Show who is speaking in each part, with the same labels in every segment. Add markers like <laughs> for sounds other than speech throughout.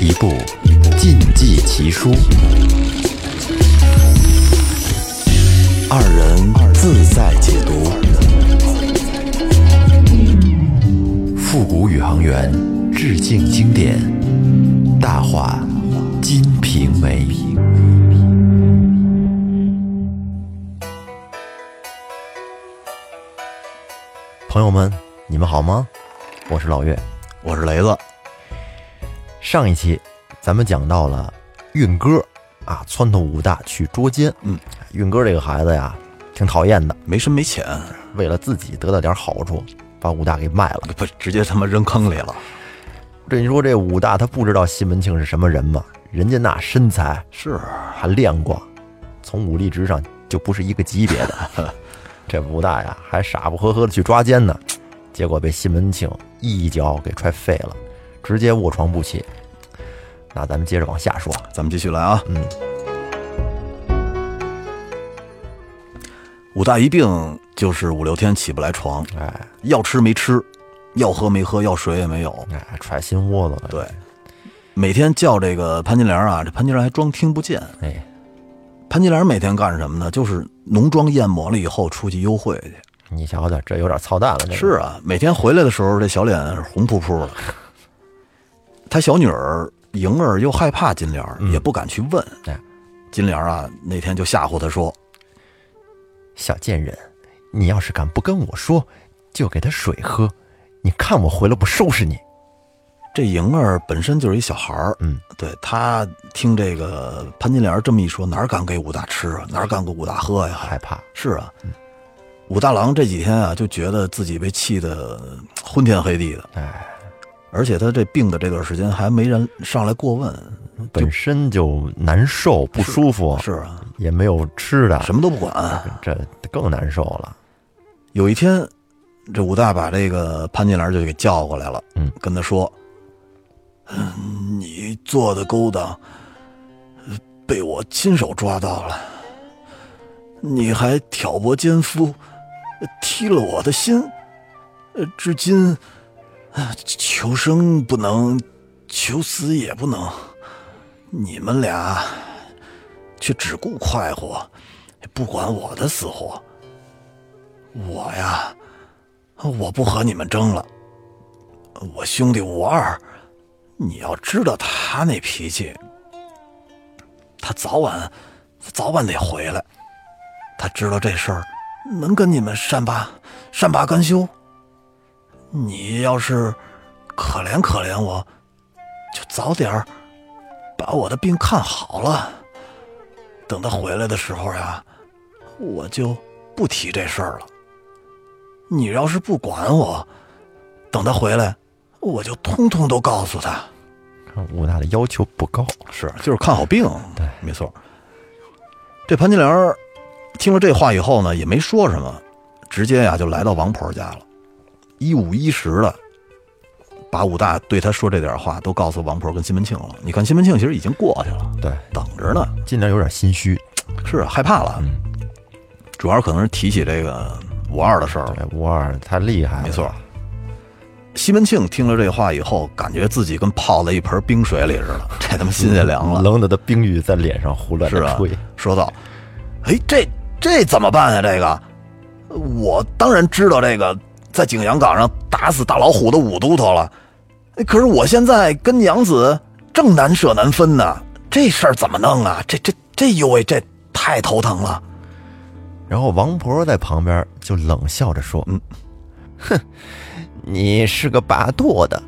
Speaker 1: 一部禁忌奇书，
Speaker 2: 二人自在解读。
Speaker 1: 复古宇航员致敬经典，大话《金瓶梅》。
Speaker 2: 朋友们，
Speaker 1: 你们好吗？我是老岳。
Speaker 2: 我是雷子。
Speaker 1: 上一期咱们讲到了运哥啊，撺掇武大去捉奸。
Speaker 2: 嗯，
Speaker 1: 运哥这个孩子呀，挺讨厌的，
Speaker 2: 没深没浅，
Speaker 1: 为了自己得到点好处，把武大给卖了。
Speaker 2: 不直接他妈扔坑里了。
Speaker 1: 这你说这武大他不知道西门庆是什么人吗？人家那身材
Speaker 2: 是
Speaker 1: 还练过，从武力值上就不是一个级别的。 <laughs> 这武大呀，还傻不呵呵的去抓奸呢，结果被西门庆一脚给踹废了，直接卧床不起。那咱们接着往下说，
Speaker 2: 咱们继续来啊。
Speaker 1: 嗯，
Speaker 2: 武大一病就是五六天起不来床，
Speaker 1: 哎
Speaker 2: 要吃没吃，要喝没喝，要水也没有。
Speaker 1: 哎，踹心窝子了。
Speaker 2: 对，每天叫这个潘金莲啊，这潘金莲还装听不见。
Speaker 1: 哎，
Speaker 2: 潘金莲每天干什么呢？就是浓妆艳抹了以后出去幽会去。
Speaker 1: 你瞧瞧，这有点操蛋了。这个
Speaker 2: 是啊，每天回来的时候，这小脸是红扑
Speaker 1: <laughs>
Speaker 2: 扑的。他小女儿莹儿又害怕金莲儿，也不敢去问
Speaker 1: 嗯哎。
Speaker 2: 金莲儿啊，那天就吓唬她说
Speaker 1: 小贱人，你要是敢不跟我说，就给他水喝。你看我回来不收拾你！：“
Speaker 2: 这莹儿本身就是一小孩儿，
Speaker 1: 嗯，
Speaker 2: 对她听这个潘金莲儿这么一说，哪儿敢给武大吃啊？哪儿敢给武大喝呀？
Speaker 1: 害怕，
Speaker 2: 是啊，
Speaker 1: 嗯
Speaker 2: 武大郎这几天啊，就觉得自己被气得昏天黑地的，
Speaker 1: 哎，
Speaker 2: 而且他这病的这段时间还没人上来过问，
Speaker 1: 本身就难受不舒服，
Speaker 2: 嗯是啊，
Speaker 1: 也没有吃的，
Speaker 2: 什么都不管。
Speaker 1: 这更难受了。
Speaker 2: 有一天，这武大把这个潘金莲就给叫过来了，
Speaker 1: 嗯，
Speaker 2: 跟他说：“嗯，你做的勾当呃被我亲手抓到了，你还挑拨奸夫，呃踢了我的心，呃，至今呃求生不能，求死也不能，你们俩却只顾快活，不管我的死活。”我呀，我不和你们争了。我兄弟吴二，你要知道他那脾气，他早晚早晚得回来。他知道这事儿，能跟你们善罢善罢甘休。你要是可怜可怜我，就早点儿把我的病看好了。等他回来的时候呀，我就不提这事儿了。你要是不管我，等他回来，我就通通都告诉他。
Speaker 1: 看武大的要求不高，
Speaker 2: 是，就是看好病。
Speaker 1: 对，
Speaker 2: 没错。这潘金莲儿听了这话以后呢，也没说什么，直接呀就来到王婆家了，一五一十的把武大对他说这点话都告诉王婆跟西门庆了。你看西门庆其实已经过去了，
Speaker 1: 对，
Speaker 2: 等着呢。
Speaker 1: 尽量有点心虚。
Speaker 2: 是害怕了，主要可能是提起这个武二的事儿了。
Speaker 1: 对，吴哎二太厉害了，
Speaker 2: 没错，。西门庆听了这话以后，感觉自己跟泡在一盆冰水里似的，这他妈心也凉了。
Speaker 1: 冷的的冰雨在脸上胡乱
Speaker 2: 是
Speaker 1: 的
Speaker 2: 啊
Speaker 1: 吹，，
Speaker 2: 说道：“哎，这这怎么办呀、啊这个，我当然知道这个在景阳冈上打死大老虎的武都头了，哎可是我现在跟娘子正难舍难分呢，这事儿怎么弄啊？这这这呦喂，这太头疼了。
Speaker 1: 然后王婆在旁边就冷笑着说：“
Speaker 2: 嗯，
Speaker 1: 哼，你是个拔舵的，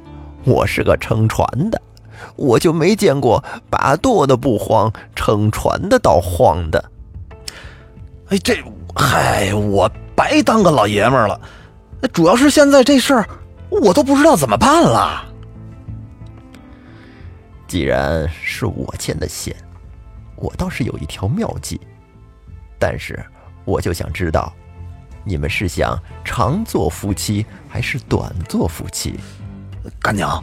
Speaker 1: 我是个撑船的，我就没见过拔舵的不慌，撑船的倒慌的。
Speaker 2: 哎，这嗨，我白当个老爷们儿了。哎主要是现在这事儿，我都不知道怎么办了。
Speaker 1: 既然是我牵的线，我倒是有一条妙计，但是我就想知道，你们是想长做夫妻还是短做夫妻？
Speaker 2: 干娘，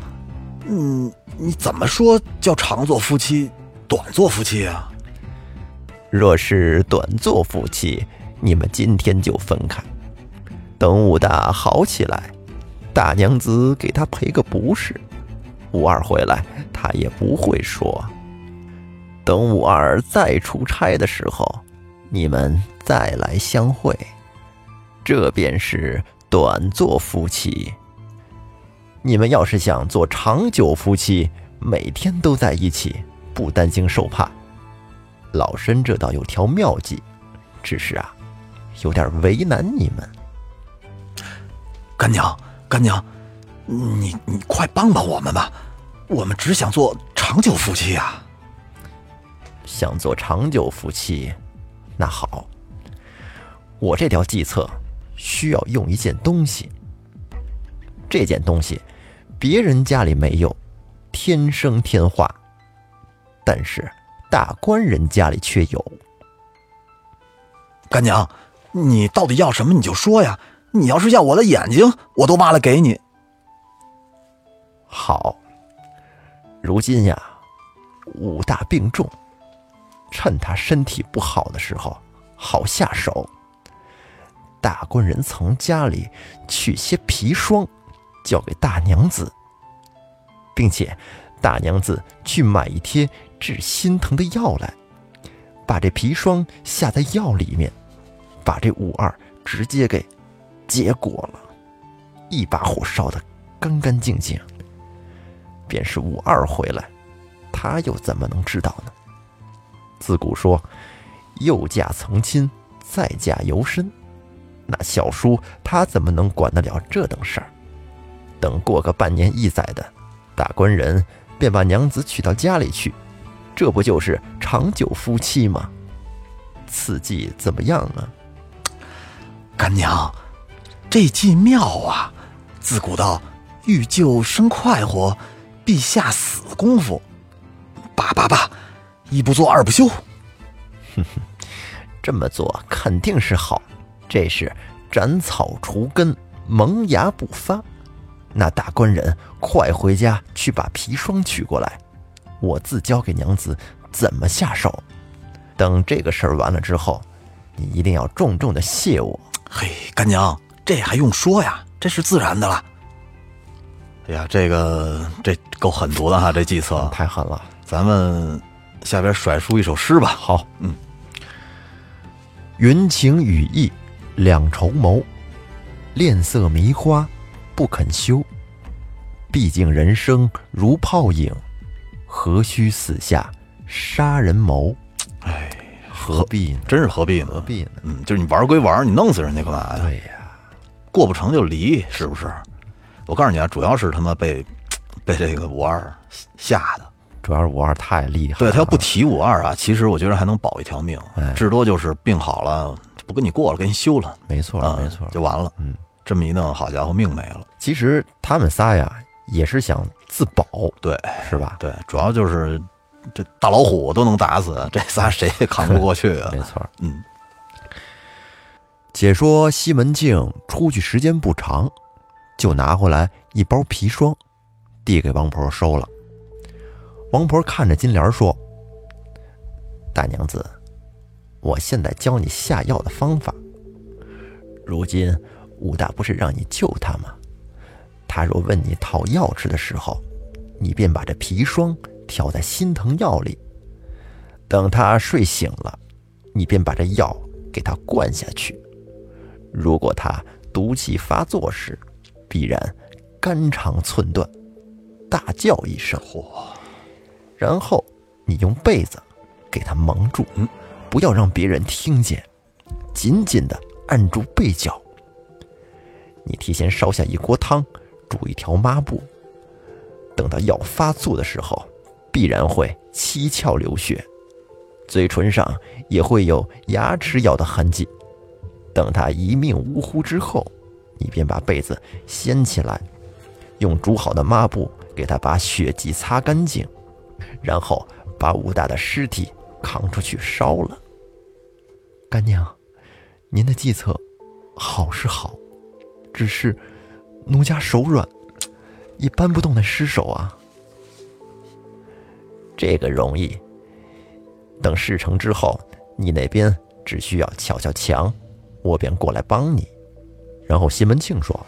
Speaker 2: 嗯，你怎么说叫长做夫妻，短做夫妻啊？
Speaker 1: 若是短做夫妻，你们今天就分开。等武大好起来，大娘子给他赔个不是，五二回来，他也不会说。等五二再出差的时候，你们再来相会，这便是短做夫妻。你们要是想做长久夫妻，每天都在一起，不担惊受怕，老身这倒有条妙计，只是啊，有点为难你们。
Speaker 2: 干娘，干娘，你你快帮帮我们吧，我们只想做长久夫妻啊。
Speaker 1: 想做长久夫妻，那好，我这条计策需要用一件东西。这件东西，别人家里没有，天生天化；但是大官人家里却有。
Speaker 2: 干娘，你到底要什么你就说呀！你要是要我的眼睛，我都挖了给你。
Speaker 1: 好，如今呀，五大病重，趁他身体不好的时候好下手。大官人从家里取些砒霜，交给大娘子，并且大娘子去买一贴治心疼的药来，把这砒霜下在药里面，把这五二直接给结果了，一把火烧得干干净净。便是五二回来，他又怎么能知道呢？自古说，幼嫁从亲，再嫁由身。那小叔他怎么能管得了这等事儿？等过个半年一载的，大官人便把娘子娶到家里去，这不就是长久夫妻吗？此计怎么样啊？
Speaker 2: 干娘，这计妙啊！自古道，欲救生快活，必下死功夫。罢罢罢，一不做二不休。
Speaker 1: 这么做肯定是好，这是斩草除根，萌芽不发。那大官人，快回家去把砒霜取过来，我自交给娘子怎么下手。等这个事儿完了之后，你一定要重重的谢我。
Speaker 2: 嘿，干娘，这还用说呀？这是自然的了。哎呀，这个这够狠毒的哈，这计策。
Speaker 1: 太狠了，
Speaker 2: 咱们下边甩出一首诗吧。
Speaker 1: 好，
Speaker 2: 嗯，
Speaker 1: 云情雨意两绸缪，恋色迷花不肯休。毕竟人生如泡影，何须死下杀人谋？
Speaker 2: 哎，
Speaker 1: 何必呢？
Speaker 2: 真是何必
Speaker 1: 何
Speaker 2: 呢？
Speaker 1: 必呢？
Speaker 2: 嗯，就是你玩归玩，你弄死人家干嘛呀？
Speaker 1: 对呀、
Speaker 2: 过不成就离，是不是？我告诉你啊，主要是他妈被被这个五二吓的。
Speaker 1: 主要是五二太厉害了。
Speaker 2: 对他 <laughs> 要不提五二啊，其实我觉得还能保一条命，至多就是病好了不跟你过了，给你休了，
Speaker 1: 没错，
Speaker 2: 啊、
Speaker 1: 没错。
Speaker 2: 就完了。
Speaker 1: 嗯，
Speaker 2: 这么一弄，好家伙，命没了。
Speaker 1: 其实他们仨呀，也是想自保，
Speaker 2: 对
Speaker 1: 是吧？
Speaker 2: 对，主要就是这大老虎都能打死，这仨谁也扛不过去 <laughs> 啊
Speaker 1: 没。错。
Speaker 2: 嗯，
Speaker 1: 解说西门庆出去时间不长，就拿回来一包砒霜，递给王婆收了。王婆看着金莲说：“大娘子，我现在教你下药的方法。如今武大不是让你救他吗？他若问你讨药吃的时候，你便把这砒霜调在心疼药里，等他睡醒了，你便把这药给他灌下去。如果他毒气发作时，必然肝肠寸断，大叫一声，然后你用被子给他蒙住，不要让别人听见，紧紧的按住被角。你提前烧下一锅汤，煮一条抹布，等到药发作的时候，必然会七窍流血，嘴唇上也会有牙齿咬的痕迹。等他一命呜呼之后，你便把被子掀起来，用煮好的抹布给他把血迹擦干净，然后把武大的尸体扛出去烧了。干娘，您的计策好是好，只是奴家手软，也搬不动那尸首啊。这个容易，等事成之后，你那边只需要敲敲墙，我便过来帮你。然后西门庆说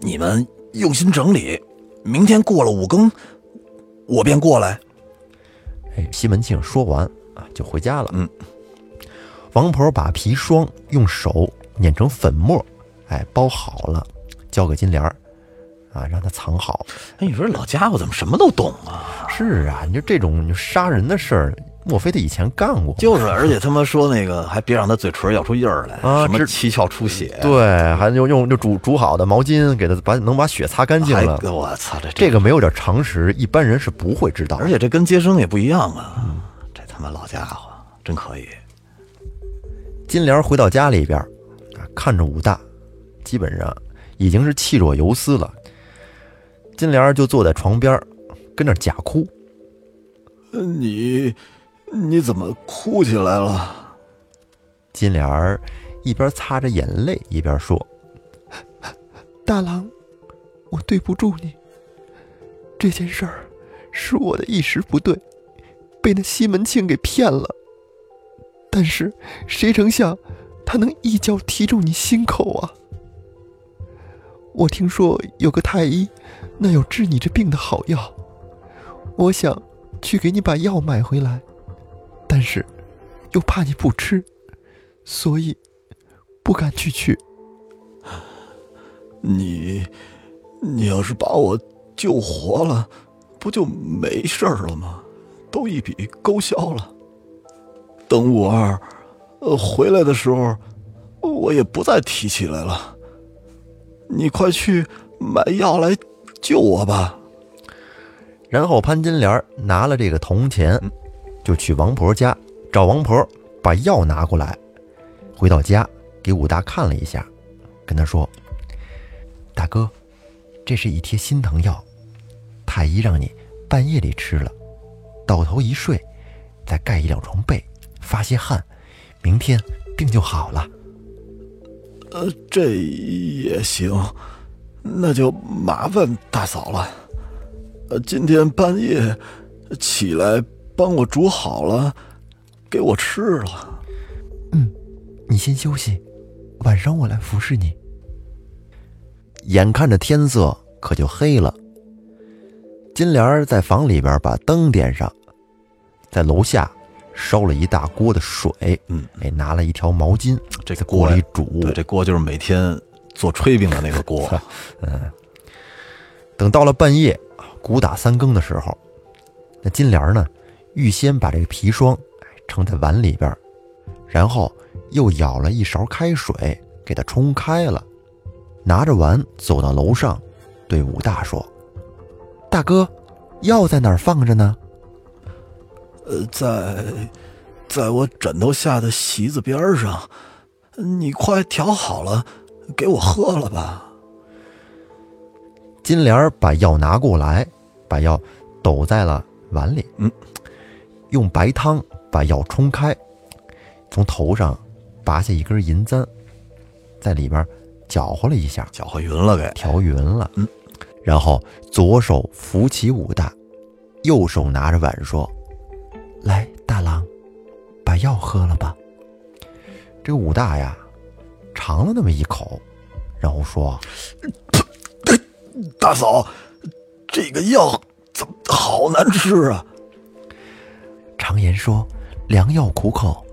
Speaker 2: 你们用心整理，明天过了五更，我便过来。
Speaker 1: 哎，西门庆说完啊，就回家了。
Speaker 2: 嗯，
Speaker 1: 王婆把砒霜用手碾成粉末，哎，包好了，交给金莲儿，啊，让她藏好。
Speaker 2: 哎，你说这老家伙怎么什么都懂啊？
Speaker 1: 是啊，你就这种杀人的事儿，莫非他以前干过？
Speaker 2: 就是，而且他妈说那个，还别让他嘴唇咬出印儿来，
Speaker 1: 啊
Speaker 2: 什么
Speaker 1: 这
Speaker 2: 七窍出血，
Speaker 1: 对，还用用就煮煮好的毛巾给他把能把血擦干净
Speaker 2: 还
Speaker 1: 了。
Speaker 2: 我操这
Speaker 1: 这个没有点常识，一般人是不会知道的。
Speaker 2: 而且这跟接生也不一样啊！这他妈老家伙真可以，
Speaker 1: 金莲回到家里边儿，啊，看着武大，基本上已经是气若游丝了。金莲就坐在床边儿，跟那儿假哭。
Speaker 2: 你你怎么哭起来了？
Speaker 1: 金莲儿一边擦着眼泪，一边说
Speaker 3: 大郎，我对不住你。这件事儿是我的一时不对，被那西门庆给骗了。但是谁成想，他能一脚踢中你心口啊！我听说有个太医，那有治你这病的好药，我想去给你把药买回来，但是又怕你不吃，所以不敢去取。
Speaker 2: 你你要是把我救活了，不就没事儿了吗？都一笔勾销了。等五二呃回来的时候，我也不再提起来了。你快去买药来救我吧。：“
Speaker 1: 然后潘金莲儿拿了这个铜钱，就去王婆家找王婆把药拿过来。回到家，给武大看了一下，跟他说：‘大哥，这是一贴心疼药，太医让你半夜里吃了，倒头一睡，再盖一两床被，发些汗，明天病就好了。’
Speaker 2: 呃，这也行，那就麻烦大嫂了。呃，今天半夜起来帮我煮好了，给我吃了。
Speaker 1: 你先休息，晚上我来服侍你。眼看着天色可就黑了，金莲儿在房里边把灯点上，在楼下烧了一大锅的水，
Speaker 2: 嗯，
Speaker 1: 哎，拿了一条毛巾
Speaker 2: 这
Speaker 1: 在
Speaker 2: 个
Speaker 1: 锅
Speaker 2: 锅
Speaker 1: 里煮。
Speaker 2: 对，这锅就是每天做炊饼的那个锅。
Speaker 1: 等到了半夜，鼓打三更的时候，那金莲儿呢，预先把这个砒霜哎盛在碗里边儿，然后又舀了一勺开水给它冲开了，拿着碗走到楼上，对武大说：“大哥，药在哪儿放着呢
Speaker 2: 呃，在在我枕头下的席子边儿上，你快调好了，给我喝了吧。？”
Speaker 1: 金莲儿把药拿过来，把药抖在了碗里，
Speaker 2: 嗯，
Speaker 1: 用白汤把药冲开，从头上拔下一根银簪，在里边搅和了一下，
Speaker 2: 搅和匀了给。
Speaker 1: 调匀了，
Speaker 2: 嗯，
Speaker 1: 然后左手扶起武大，右手拿着碗说：“来，大郎，把药喝了吧。”这个武大呀，尝了那么一口，然后说
Speaker 2: 大嫂，这个药怎么好难吃啊？：“
Speaker 1: 常言说，良药苦口，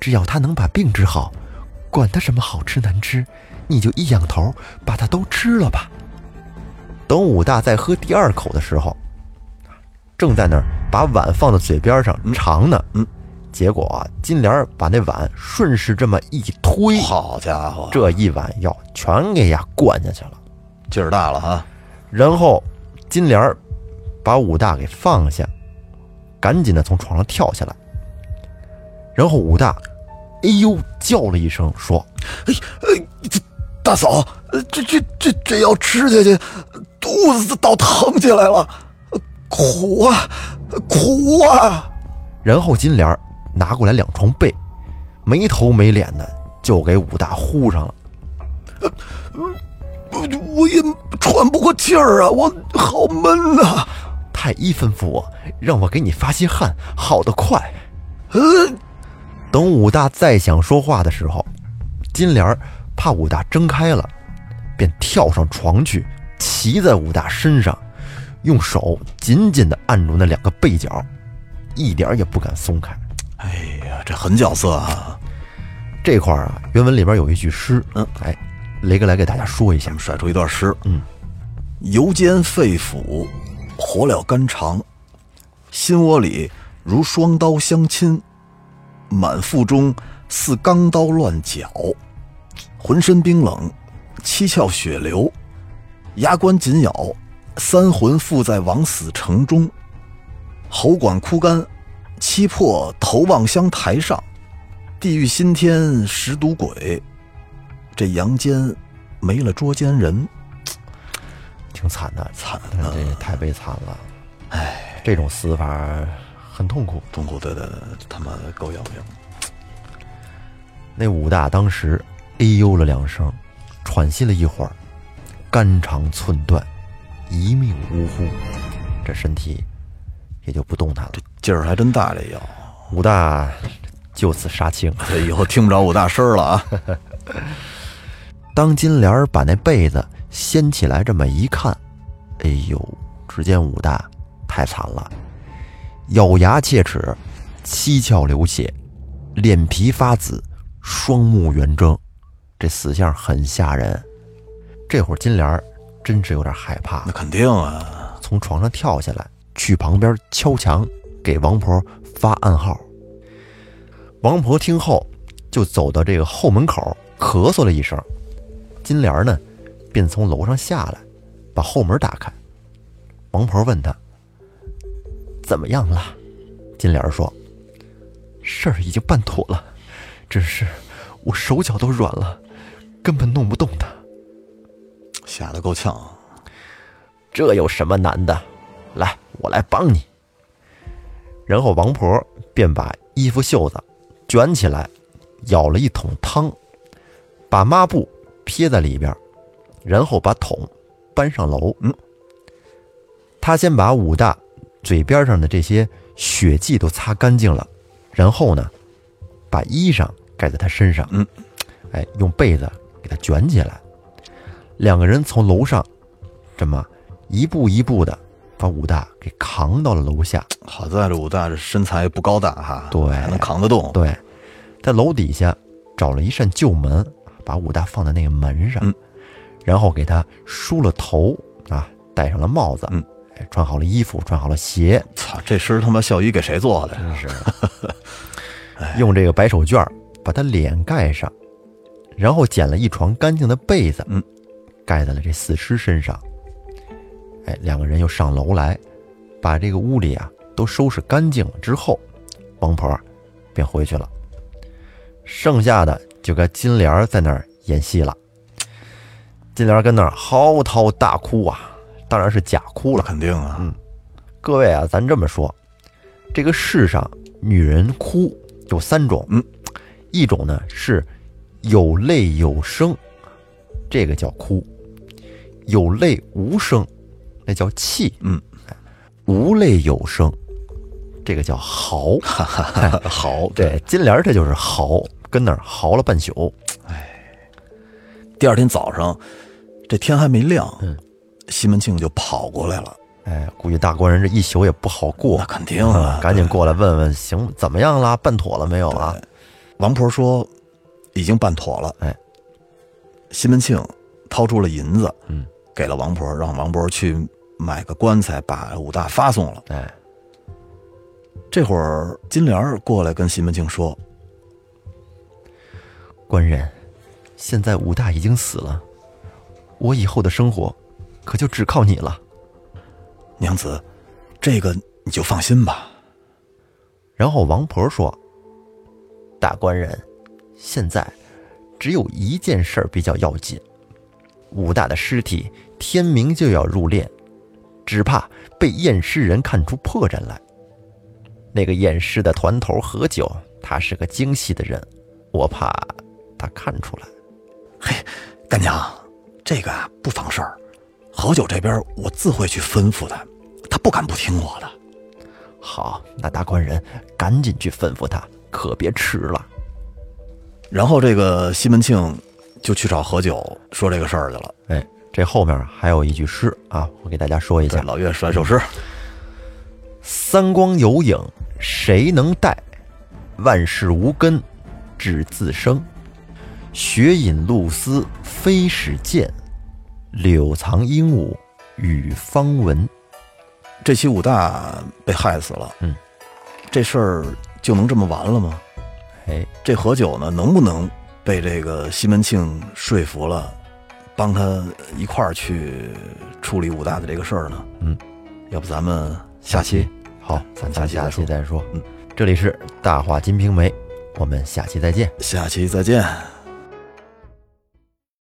Speaker 1: 只要他能把病治好，管他什么好吃难吃，你就一仰头把它都吃了吧。”等武大再喝第二口的时候，正在那儿把碗放到嘴边上尝呢。
Speaker 2: 嗯，
Speaker 1: 结果啊，金莲儿把那碗顺势这么一推，
Speaker 2: 好家伙，
Speaker 1: 这一碗药全给呀灌下去了。
Speaker 2: 劲儿大了啊！
Speaker 1: 然后金莲儿把武大给放下，赶紧的从床上跳下来。然后武大，哎呦叫了一声，说
Speaker 2: 大嫂，呃这这这这要吃下去，肚子倒疼起来了，呃苦啊，苦啊！
Speaker 1: 然后金莲儿拿过来两床被，没头没脸的就给武大呼上了。
Speaker 2: 我我也喘不过气儿啊，我好闷啊呐、
Speaker 1: 太医吩咐我，让我给你发些汗，好得快。
Speaker 2: 呃，
Speaker 1: 等武大再想说话的时候，金莲儿怕武大睁开了，便跳上床去，骑在武大身上，用手紧紧地按住那两个背角，一点儿也不敢松开。
Speaker 2: 哎呀，这狠角色啊！
Speaker 1: 这块儿啊，原文里边有一句诗，
Speaker 2: 嗯，
Speaker 1: 哎，雷哥来给大家说一
Speaker 2: 咱
Speaker 1: 下
Speaker 2: 们，甩出一段诗，
Speaker 1: 嗯，
Speaker 2: 油煎肺腑，火燎肝肠，心窝里如双刀相侵，满腹中似钢刀乱绞，浑身冰冷，七窍血流，牙关紧咬，三魂附在枉死城中，喉管枯干，七魄投望乡台上，地狱新天十赌鬼，这阳间没了捉奸人。
Speaker 1: 挺惨的，
Speaker 2: 惨嗯
Speaker 1: 但是这也太悲惨了，哎，这种死法很痛苦。
Speaker 2: 痛苦的的他妈够要命。
Speaker 1: 那武大当时哎呦了两声，喘息了一会儿，肝肠寸断，一命呜呼，这身体也就不动弹了。
Speaker 2: 劲儿还真大，这药，
Speaker 1: 武大就此杀青。
Speaker 2: 这以后听不着武大声儿了 <laughs> 啊！
Speaker 1: 当金莲儿把那被子掀起来，这么一看，哎呦，只见武大太惨了，咬牙切齿，七窍流血，脸皮发紫，双目圆睁，这死相很吓人。这会儿金莲儿真是有点害怕
Speaker 2: 那，肯定啊，
Speaker 1: 从床上跳下来，去旁边敲墙，给王婆发暗号。王婆听后，就走到这个后门口，咳嗽了一声。金莲儿呢，便从楼上下来，把后门打开。王婆问她：“怎么样了？”金莲儿说：“事儿已经办妥了，只是我手脚都软了，根本弄不动他。”
Speaker 2: 吓得够呛。
Speaker 1: 这有什么难的？来，我来帮你。然后王婆便把衣服袖子卷起来，舀了一桶汤，把抹布撇在里边，然后把桶搬上楼。嗯，她先把武大嘴边上的这些血迹都擦干净了，然后呢，把衣裳盖在他身上。
Speaker 2: 嗯，
Speaker 1: 哎，用被子给他卷起来。两个人从楼上这么一步一步的把武大给扛到了楼下。
Speaker 2: 好在这武大这身材不高大哈，
Speaker 1: 对
Speaker 2: 还能扛得动。
Speaker 1: 对，在楼底下找了一扇旧门，把武大放在那个门上，
Speaker 2: 嗯
Speaker 1: 然后给他梳了头啊，戴上了帽子，
Speaker 2: 嗯
Speaker 1: 哎，穿好了衣服，穿好了鞋，
Speaker 2: 操，这身他妈校医给谁做的？
Speaker 1: 真是 <laughs> 用这个白手绢儿把他脸盖上，然后捡了一床干净的被子，
Speaker 2: 嗯，
Speaker 1: 盖在了这死尸身上。哎，两个人又上楼来，把这个屋里啊都收拾干净了之后，王婆便回去了。剩下的就该金莲儿在那儿演戏了。金莲儿跟那儿嚎啕大哭啊，当然是假哭
Speaker 2: 那
Speaker 1: 了。
Speaker 2: 肯定啊，
Speaker 1: 各位啊，咱这么说，这个世上女人哭有三种，
Speaker 2: 嗯，
Speaker 1: 一种呢是有泪有声，这个叫哭；有泪无声，那叫泣，哎
Speaker 2: 嗯，
Speaker 1: 无泪有声，这个叫嚎。
Speaker 2: 好。
Speaker 1: 对，金莲儿这就是嚎，跟那儿嚎了半宿。
Speaker 2: 第二天早上，这天还没亮，
Speaker 1: 嗯
Speaker 2: 西门庆就跑过来了。
Speaker 1: 哎，估计大官人这一宿也不好过
Speaker 2: 那，肯定 <laughs> 啊，
Speaker 1: 赶紧过来问问行怎么样啦，办妥了没有啊？
Speaker 2: 王婆说已经办妥了。
Speaker 1: 哎，
Speaker 2: 西门庆掏出了银子，
Speaker 1: 嗯，
Speaker 2: 给了王婆，让王婆去买个棺材，把武大发送了。
Speaker 1: 哎，
Speaker 2: 这会儿金莲儿过来跟西门庆说
Speaker 1: 官人，现在武大已经死了，我以后的生活可就只靠你了。：“
Speaker 2: 娘子，这个你就放心吧。
Speaker 1: 然后王婆说：“大官人，现在只有一件事儿比较要紧，武大的尸体天明就要入殓，只怕被验尸人看出破绽来。那个验尸的团头何九，他是个精细的人，我怕他看出来。”
Speaker 2: 干娘，这个啊不妨事儿，何九这边我自会去吩咐的，他不敢不听我的。
Speaker 1: 好，那大官人赶紧去吩咐他，可别迟了。
Speaker 2: 然后这个西门庆就去找何九说这个事儿去了。
Speaker 1: 哎，这后面还有一句诗啊，我给大家说一
Speaker 2: 对
Speaker 1: 下：
Speaker 2: 老岳甩首诗，
Speaker 1: 三光有影谁能带？万事无根只自生。雪饮露丝非使见，柳藏鹦鹉与芳闻。
Speaker 2: 这期武大被害死了，
Speaker 1: 嗯，
Speaker 2: 这事儿就能这么完了吗？
Speaker 1: 哎，
Speaker 2: 这何九呢，能不能被这个西门庆说服了，帮他一块儿去处理武大的这个事儿呢？
Speaker 1: 嗯，
Speaker 2: 要不咱们下期
Speaker 1: 好，咱下
Speaker 2: 下期
Speaker 1: 下
Speaker 2: 再
Speaker 1: 期
Speaker 2: 说
Speaker 1: 再说。
Speaker 2: 嗯，
Speaker 1: 这里是大话金瓶梅，我们下期再见。
Speaker 2: 下期再见。